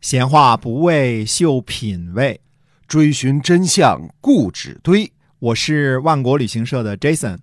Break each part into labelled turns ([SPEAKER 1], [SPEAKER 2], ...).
[SPEAKER 1] 闲话不为秀品味，
[SPEAKER 2] 追寻真相故纸堆。
[SPEAKER 1] 我是万国旅行社的 Jason，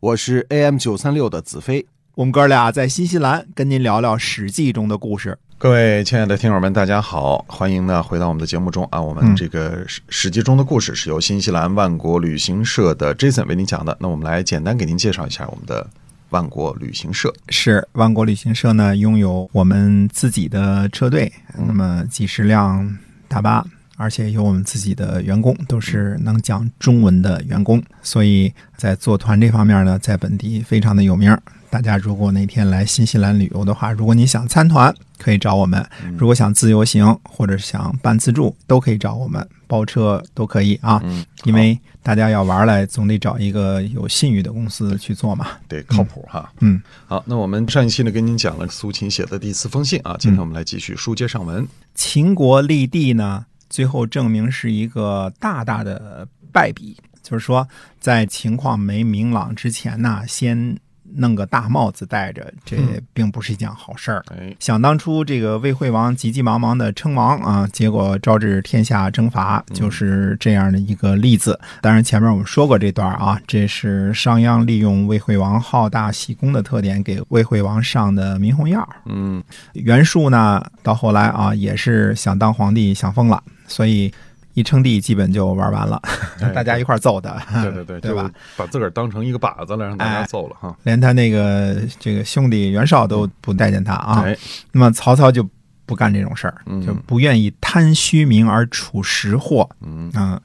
[SPEAKER 2] 我是 AM 九三六的子飞。
[SPEAKER 1] 我们哥俩在新西兰跟您聊聊《史记》中的故事。
[SPEAKER 2] 各位亲爱的听友们，大家好，欢迎呢回到我们的节目中啊。我
[SPEAKER 1] 嗯
[SPEAKER 2] 们这个《史史记》中的故事是由新西兰万国旅行社的 Jason 为您讲的。那我们来简单给您介绍一下我们的万国旅行社。
[SPEAKER 1] 是万国旅行社呢，拥有我们自己的车队，那么几十辆大巴，而且有我们自己的员工，都是能讲中文的员工，所以在做团这方面呢，在本地非常的有名儿。大家如果哪天来新西兰旅游的话，如果你想参团，可以找我们；如果想自由行或者想办自助，都可以找我们，包车都可以啊。
[SPEAKER 2] 嗯，
[SPEAKER 1] 因为大家要玩儿来，总得找一个有信誉的公司去做嘛。
[SPEAKER 2] 得靠谱哈。
[SPEAKER 1] 嗯，
[SPEAKER 2] 好，那我们上一期呢跟您讲了苏秦写的第四封信啊，今天我们来继续书接上文。
[SPEAKER 1] 秦国立帝呢，最后证明是一个大大的败笔，就是说在情况没明朗之前呢，先弄个大帽子戴着，这并不是一件好事儿。
[SPEAKER 2] 哎，
[SPEAKER 1] 想当初，这个魏惠王急急忙忙的称王啊，结果招致天下征伐，就是这样的一个例子。当然，前面我们说过这段啊，这是商鞅利用魏惠王好大喜功的特点，给魏惠王上的迷魂药。
[SPEAKER 2] 嗯
[SPEAKER 1] 袁术呢，到后来啊，也是想当皇帝想疯了，所以一称帝基本就玩完了，
[SPEAKER 2] 哎
[SPEAKER 1] 大家一块儿揍的，
[SPEAKER 2] 对对嗯对，哎
[SPEAKER 1] 对吧
[SPEAKER 2] 就？把自个儿当成一个靶子来让大家揍了哈。
[SPEAKER 1] 连他那个这个兄弟袁绍都不待见他啊。
[SPEAKER 2] 哎，
[SPEAKER 1] 那么曹操就不干这种事儿，
[SPEAKER 2] 嗯
[SPEAKER 1] 就不愿意贪虚名而处实祸。
[SPEAKER 2] 嗯
[SPEAKER 1] 嗯，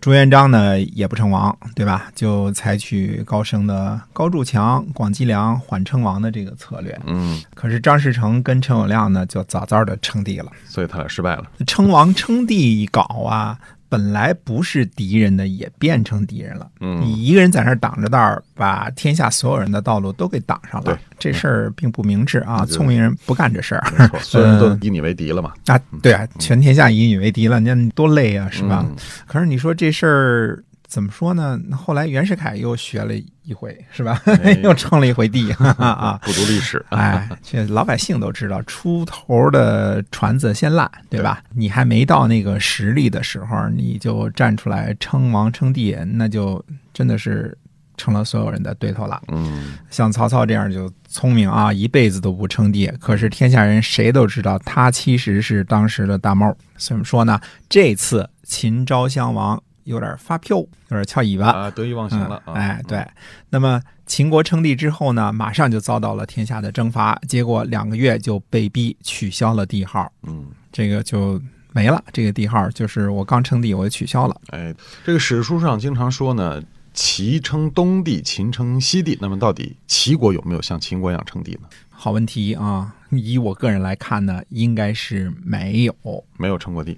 [SPEAKER 1] 朱元璋呢也不称王，对吧？就采取高升的高筑墙、广积粮、缓称王的这个策略。
[SPEAKER 2] 嗯，
[SPEAKER 1] 可是张士诚跟陈友谅呢，就早早的称帝了。
[SPEAKER 2] 所以他俩失败了。
[SPEAKER 1] 称王称帝一搞啊，本来不是敌人的，也变成敌人了。
[SPEAKER 2] 嗯，
[SPEAKER 1] 你一个人在那儿挡着道儿，把天下所有人的道路都给挡上
[SPEAKER 2] 对
[SPEAKER 1] 了，这事儿并不明智啊！
[SPEAKER 2] 嗯
[SPEAKER 1] 聪明人不干这事儿
[SPEAKER 2] 没 错，所有人都以你为敌了嘛，
[SPEAKER 1] 啊！对啊，全天下以你为敌了，那你多累啊，是吧？
[SPEAKER 2] 嗯
[SPEAKER 1] 可是你说这事儿怎么说呢？那后来袁世凯又学了一回，是吧
[SPEAKER 2] 哎？
[SPEAKER 1] 又称了一回帝啊！
[SPEAKER 2] 不读历 史。
[SPEAKER 1] 哎，这老百姓都知道，出头的船子先烂，对吧？你还没到那个实力的时候，你就站出来称王称帝，那就真的是成了所有人的对头了。
[SPEAKER 2] 嗯，
[SPEAKER 1] 像曹操这样就聪明啊，一辈子都不称帝，可是天下人谁都知道他其实是当时的大猫。怎么说呢？这次秦昭襄王有点发飘，有点翘尾巴。
[SPEAKER 2] 啊，得意忘形了啊！
[SPEAKER 1] 嗯。哎，对。那么秦国称帝之后呢，马上就遭到了天下的征伐，结果两个月就被逼取消了帝号，
[SPEAKER 2] 嗯，
[SPEAKER 1] 这个就没了。这个帝号就是我刚称帝，我就取消了。
[SPEAKER 2] 哎，这个史书上经常说呢，齐称东帝，秦称西帝。那么到底齐国有没有像秦国一样称帝呢？
[SPEAKER 1] 好问题啊！以我个人来看呢，应该是没有。
[SPEAKER 2] 没有称过帝。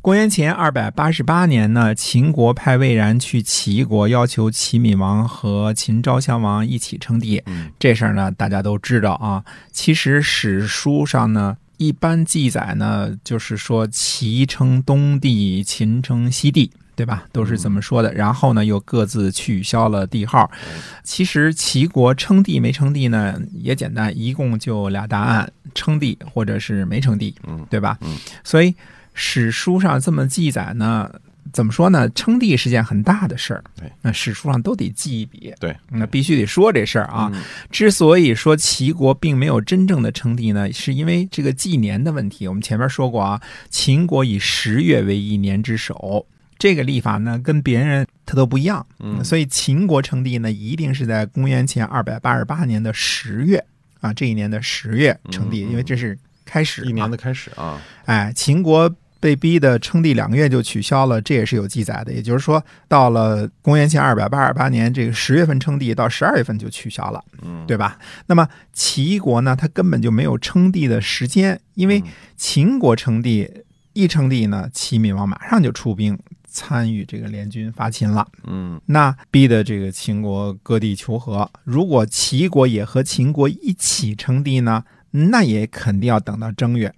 [SPEAKER 1] 公元前二百八十八年呢，秦国派魏然去齐国，要求齐闵王和秦昭襄王一起称帝。
[SPEAKER 2] 嗯
[SPEAKER 1] 这事儿呢，大家都知道啊。其实史书上呢，一般记载呢，就是说齐称东帝，秦称西帝。对吧？都是这么说的。然后呢，又各自取消了帝号。
[SPEAKER 2] 嗯
[SPEAKER 1] 其实齐国称帝没称帝呢，也简单，一共就俩答案：称帝或者是没称帝，
[SPEAKER 2] 嗯
[SPEAKER 1] 对吧？
[SPEAKER 2] 嗯
[SPEAKER 1] 所以史书上这么记载呢，怎么说呢？称帝是件很大的事儿，
[SPEAKER 2] 对，
[SPEAKER 1] 那史书上都得记一笔，
[SPEAKER 2] 对，
[SPEAKER 1] 那必须得说这事儿啊。
[SPEAKER 2] 嗯
[SPEAKER 1] 之所以说齐国并没有真正的称帝呢，是因为这个纪年的问题。我们前面说过啊，秦国以十月为一年之首，这个历法呢跟别人它都不一样，
[SPEAKER 2] 嗯
[SPEAKER 1] 所以秦国称帝呢一定是在公元前二百八十八年的十月啊，这一年的十月称帝，
[SPEAKER 2] 嗯嗯
[SPEAKER 1] 因为这是开始、啊、
[SPEAKER 2] 一年的开始啊，
[SPEAKER 1] 哎，秦国被逼的称帝两个月就取消了，这也是有记载的。也就是说，到了公元前二百八十八年这个十月份称帝，到十二月份就取消了，
[SPEAKER 2] 嗯，
[SPEAKER 1] 对吧？那么齐国呢，它根本就没有称帝的时间，因为
[SPEAKER 2] 嗯
[SPEAKER 1] 秦国称帝一称帝呢，齐闵王马上就出兵参与这个联军伐秦了。
[SPEAKER 2] 嗯，
[SPEAKER 1] 那逼得这个秦国割地求和。如果齐国也和秦国一起称帝呢，那也肯定要等到正月，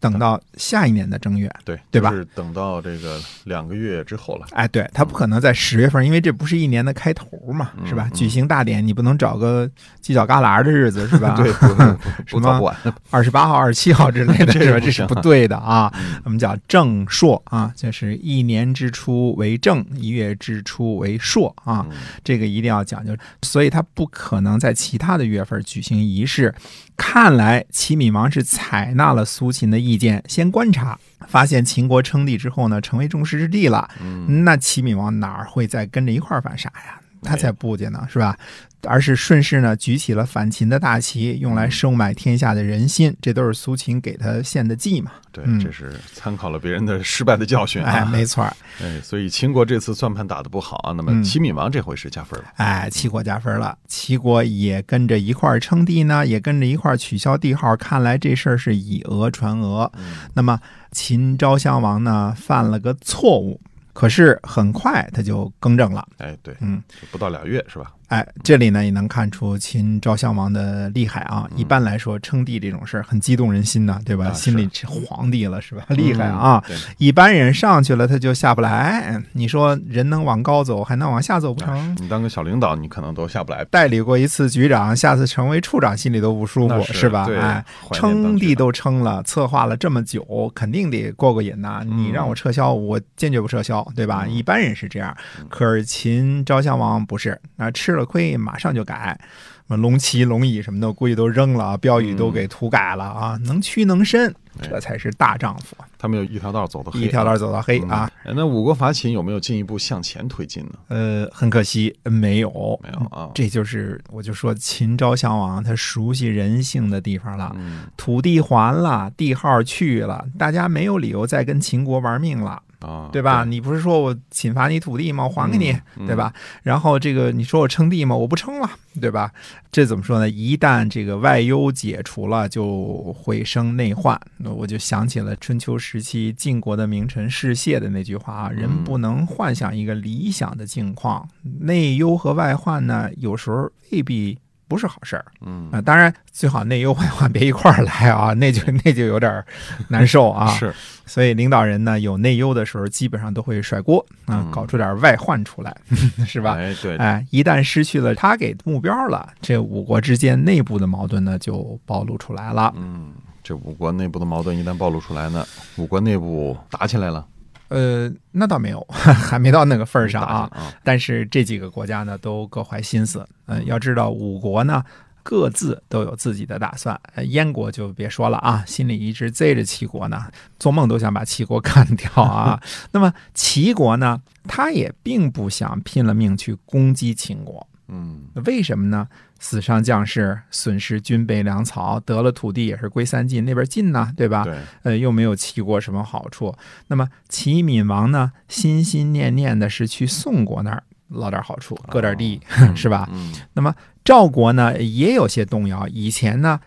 [SPEAKER 1] 等到下一年的正月。
[SPEAKER 2] 对
[SPEAKER 1] 对吧
[SPEAKER 2] 就是等到这个两个月之后了，
[SPEAKER 1] 哎，对，它不可能在十月份，因为这不是一年的开头嘛，
[SPEAKER 2] 嗯
[SPEAKER 1] 是吧？举行大典，你不能找个犄角旮旯的日子，是吧？
[SPEAKER 2] 对，不不
[SPEAKER 1] 啊什
[SPEAKER 2] 不不早
[SPEAKER 1] 么
[SPEAKER 2] 不晚，
[SPEAKER 1] 二十八号、二十七号之类的，
[SPEAKER 2] 这
[SPEAKER 1] 是吧？
[SPEAKER 2] 不
[SPEAKER 1] 这是
[SPEAKER 2] 行嗯
[SPEAKER 1] 不对的啊。我们讲正朔啊，就是一年之初为正，一月之初为朔啊，
[SPEAKER 2] 嗯
[SPEAKER 1] 这个一定要讲究。所以它不可能在其他的月份举行仪式。看来齐闵王是采纳了苏秦的意见，先观察，发现秦国称帝之后呢，成为众矢之的了。
[SPEAKER 2] 嗯
[SPEAKER 1] 那齐闵王哪儿会再跟着一块儿犯傻呀？他才不去呢，是吧？而是顺势呢举起了反秦的大旗，用来收买天下的人心，这都是苏秦给他献的计嘛。
[SPEAKER 2] 对
[SPEAKER 1] 嗯，
[SPEAKER 2] 这是参考了别人的失败的教训
[SPEAKER 1] 哎，
[SPEAKER 2] 啊。
[SPEAKER 1] 没错儿，
[SPEAKER 2] 哎，所以秦国这次算盘打得不好啊，那
[SPEAKER 1] 嗯
[SPEAKER 2] 么齐闵王这回是加分了。
[SPEAKER 1] 哎，齐国加分了，齐国也跟着一块儿称帝呢，也跟着一块儿取消帝号。看来这事儿是以讹传讹。那么秦昭襄王呢犯了个错误，可是很快他就更正了。
[SPEAKER 2] 哎，对，
[SPEAKER 1] 嗯，
[SPEAKER 2] 不到俩月是吧？
[SPEAKER 1] 哎，这里呢也能看出秦昭襄王的厉害啊！一般来说，称帝这种事儿很激动人心呐、对吧？
[SPEAKER 2] 嗯啊
[SPEAKER 1] 心里是皇帝了是吧？厉害啊！
[SPEAKER 2] 嗯对
[SPEAKER 1] 一般人上去了他就下不来，哎你说人能往高走，还能往下走不成？
[SPEAKER 2] 哎你当个小领导，你可能都下不来，
[SPEAKER 1] 代理过一次局长，下次成为处长心里都不舒服，
[SPEAKER 2] 那
[SPEAKER 1] 是吧？
[SPEAKER 2] 对
[SPEAKER 1] 哎，，
[SPEAKER 2] 怀念当
[SPEAKER 1] 称
[SPEAKER 2] 局
[SPEAKER 1] 帝
[SPEAKER 2] 的
[SPEAKER 1] 都称了，策划了这么久，肯定得过过瘾呐、
[SPEAKER 2] 嗯
[SPEAKER 1] 你让我撤销，我坚决不撤销，对吧？一般人是这样，可是秦昭襄王不是，那吃了亏马上就改。什么龙旗、龙椅什么的，估计都扔了啊，标语都给涂改了啊！能屈能伸，
[SPEAKER 2] 嗯哎
[SPEAKER 1] 这才是大丈夫，
[SPEAKER 2] 他们有一条道走的黑，
[SPEAKER 1] 一条道走到黑啊！
[SPEAKER 2] 哎。那五国伐秦有没有进一步向前推进呢？
[SPEAKER 1] 呃，很可惜，没有，
[SPEAKER 2] 没有啊。
[SPEAKER 1] 嗯这就是我就说秦昭襄王他熟悉人性的地方了，
[SPEAKER 2] 嗯
[SPEAKER 1] 土地还了，地号去了，大家没有理由再跟秦国玩命了，
[SPEAKER 2] 啊，嗯
[SPEAKER 1] 对吧？？你不是说我侵伐你土地吗？我还给你，对吧？然后这个你说我称帝吗？我不称了，对吧？这怎么说呢？一旦这个外忧解除了，就会生内患。那我就想起了春秋时期晋国的名臣士燮的那句话啊：人不能幻想一个理想的境况，内忧和外患呢，有时候未必。不是好事儿，
[SPEAKER 2] 嗯
[SPEAKER 1] 啊、当然最好内忧外患别一块儿来啊，那就那就有点儿难受啊。
[SPEAKER 2] 是，
[SPEAKER 1] 所以领导人呢有内忧的时候，基本上都会甩锅啊、搞出点外患出来， 是吧？
[SPEAKER 2] 嗯哎，对，
[SPEAKER 1] 哎，一旦失去了他给目标了，这五国之间内部的矛盾呢就暴露出来了。
[SPEAKER 2] 嗯，这五国内部的矛盾一旦暴露出来呢，五国内部打起来了，
[SPEAKER 1] 呃，那倒没有， 还没到那个份儿上
[SPEAKER 2] 打
[SPEAKER 1] 啊
[SPEAKER 2] 起。来啊，
[SPEAKER 1] 但是这几个国家呢，都各怀心思。嗯、要知道五国呢，各自都有自己的打算。呃燕国就别说了啊，心里一直贼着齐国呢，做梦都想把齐国干掉啊。那么齐国呢，他也并不想拼了命去攻击秦国，
[SPEAKER 2] 嗯
[SPEAKER 1] 为什么呢？死伤将士，损失军备粮草，得了土地也是归三晋那边近呐，对吧？
[SPEAKER 2] 对，
[SPEAKER 1] 呃，又没有齐国什么好处。那么齐闵王呢，心心念念的是去宋国那儿捞点好处，割点地， 是吧？
[SPEAKER 2] 嗯
[SPEAKER 1] 那么赵国呢，也有些动摇。以前呢，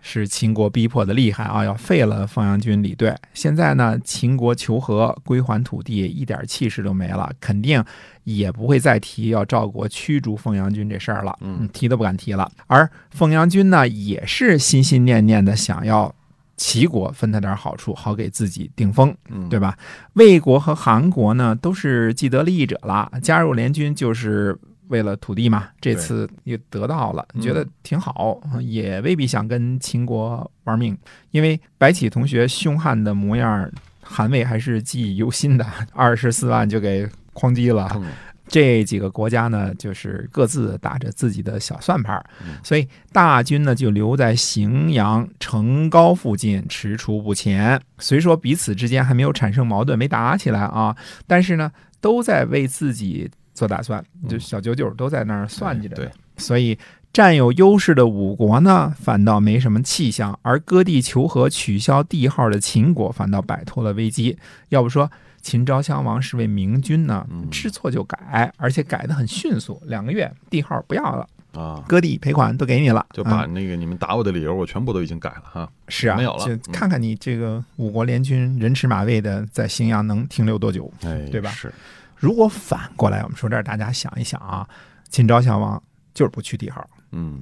[SPEAKER 1] 是秦国逼迫的厉害啊，要废了凤阳军李队。现在呢，秦国求和，归还土地，一点气势都没了，肯定也不会再提要赵国驱逐凤阳军这事儿了，
[SPEAKER 2] 嗯，
[SPEAKER 1] 提都不敢提了。而凤阳军呢，也是心心念念的想要。齐国分他点好处，好给自己定风。
[SPEAKER 2] 嗯，
[SPEAKER 1] 对吧？魏国和韩国呢都是既得利益者了，加入联军就是为了土地嘛。这次也得到了，
[SPEAKER 2] 嗯
[SPEAKER 1] 觉得挺好，也未必想跟秦国玩命，因为白起同学凶悍的模样，韩魏还是记忆犹新的。二十四万就给哐击了，
[SPEAKER 2] 嗯
[SPEAKER 1] 这几个国家呢，就是各自打着自己的小算盘儿
[SPEAKER 2] 嗯，
[SPEAKER 1] 所以大军呢就留在荥阳、成皋附近，踟蹰不前。虽说彼此之间还没有产生矛盾，没打起来啊，但是呢，都在为自己做打算，就小九九都在那儿算计着呢。
[SPEAKER 2] 嗯对，
[SPEAKER 1] 所以占有优势的五国呢，反倒没什么气象；而割地求和、取消帝号的秦国，反倒摆脱了危机。要不说秦昭襄王是位明君呢，
[SPEAKER 2] 嗯
[SPEAKER 1] 知错就改，而且改得很迅速，两个月帝号不要了，
[SPEAKER 2] 啊，
[SPEAKER 1] 割地赔款都给你了，
[SPEAKER 2] 就把
[SPEAKER 1] 嗯
[SPEAKER 2] 那个你们打我的理由，我全部都已经改了哈。
[SPEAKER 1] 是啊，
[SPEAKER 2] 没有了
[SPEAKER 1] 就
[SPEAKER 2] 嗯
[SPEAKER 1] 看看你这个五国联军人吃马喂的，在荥阳能停留多久？
[SPEAKER 2] 哎，
[SPEAKER 1] 对吧
[SPEAKER 2] 是，
[SPEAKER 1] 如果反过来，我们说这儿，大家想一想啊，秦昭襄王就是不去帝号，
[SPEAKER 2] 嗯，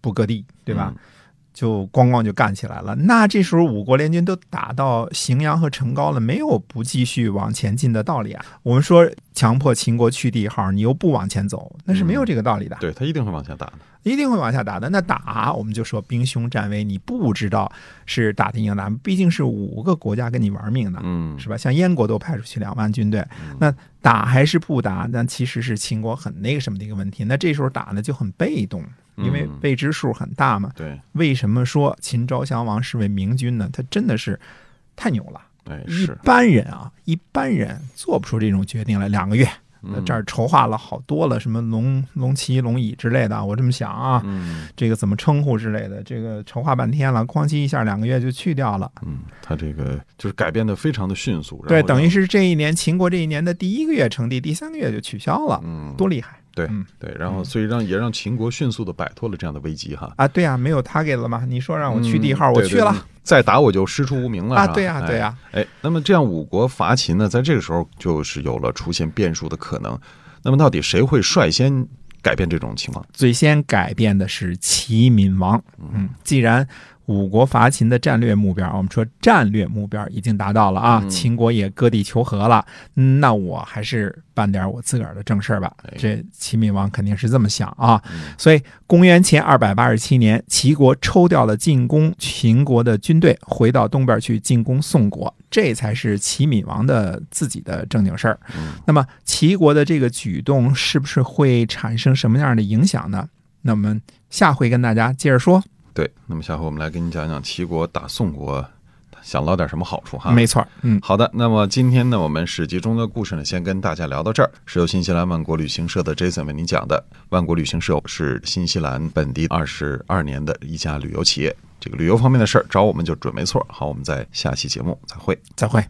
[SPEAKER 1] 不割地，对吧？
[SPEAKER 2] 嗯？
[SPEAKER 1] 就咣咣就干起来了。那这时候五国联军都打到荥阳和成皋了，没有不继续往前进的道理啊。我们说强迫秦国去地号，你又不往前走，那是没有这个道理的，
[SPEAKER 2] 对他一定会往下打的。
[SPEAKER 1] 一定会往下打的。那打我们就说兵凶战危，你不知道是打得赢打不，毕竟是五个国家跟你玩命呢，
[SPEAKER 2] 嗯，
[SPEAKER 1] 啊是吧？像燕国都派出去两万军队，
[SPEAKER 2] 嗯
[SPEAKER 1] 那打还是不打？那其实是秦国很那个什么的一个问题。那这时候打呢就很被动，因为
[SPEAKER 2] 嗯
[SPEAKER 1] 未知数很大嘛。
[SPEAKER 2] 对，
[SPEAKER 1] 为什么说秦昭襄王是位明君呢？他真的是太牛了，
[SPEAKER 2] 哎
[SPEAKER 1] 一
[SPEAKER 2] 是，
[SPEAKER 1] 般人啊，一般人做不出这种决定来。两个月，
[SPEAKER 2] 嗯
[SPEAKER 1] 这儿筹划了好多了，什么龙龙旗、龙椅之类的啊，我这么想啊，
[SPEAKER 2] 嗯
[SPEAKER 1] 这个怎么称呼之类的，这个筹划半天了，哐叽一下两个月就去掉了。
[SPEAKER 2] 嗯，他这个就是改变的非常的迅速，然
[SPEAKER 1] 对，
[SPEAKER 2] 后
[SPEAKER 1] 等于
[SPEAKER 2] 让
[SPEAKER 1] 是这一年秦国这一年的第一个月称帝，第三个月就取消了，
[SPEAKER 2] 嗯
[SPEAKER 1] 多厉害！
[SPEAKER 2] 对
[SPEAKER 1] 嗯
[SPEAKER 2] 对，然后所以让也让秦国迅速的摆脱了这样的危机哈。
[SPEAKER 1] 啊，对呀、没有 target 了吗？你说让我去地号，
[SPEAKER 2] 嗯
[SPEAKER 1] 我
[SPEAKER 2] 对
[SPEAKER 1] 去
[SPEAKER 2] 对
[SPEAKER 1] 了
[SPEAKER 2] 对再打我就师出无名了
[SPEAKER 1] 啊！
[SPEAKER 2] 是吧
[SPEAKER 1] 对呀、对呀、
[SPEAKER 2] 哎，哎那么这样五国伐秦呢，在这个时候就是有了出现变数的可能。那么到底谁会率先改变这种情况？
[SPEAKER 1] 最先改变的是齐闵王。嗯，既然五国伐秦的战略目标，我们说战略目标已经达到了啊，
[SPEAKER 2] 嗯
[SPEAKER 1] 秦国也割地求和了，嗯那我还是办点我自个儿的正事儿吧
[SPEAKER 2] 哎。
[SPEAKER 1] 这齐闵王肯定是这么想啊。
[SPEAKER 2] 嗯
[SPEAKER 1] 所以，公元前二百八十七年，齐国抽调了进攻秦国的军队，回到东边去进攻宋国，这才是齐闵王的自己的正经事儿。
[SPEAKER 2] 嗯
[SPEAKER 1] 那么齐国的这个举动是不是会产生什么样的影响呢？那我们下回跟大家接着说。
[SPEAKER 2] 对，那么下回我们来跟你讲讲齐国打宋国，想捞点什么好处哈。
[SPEAKER 1] 没错儿，嗯，
[SPEAKER 2] 好的，那么今天呢，我们《史记》中的故事呢，先跟大家聊到这儿，是由新西兰万国旅行社的 Jason 为您讲的。万国旅行社是新西兰本地二十二年的一家旅游企业，这个旅游方面的事儿找我们就准没错。好，我们在下期节目再会。
[SPEAKER 1] 再会。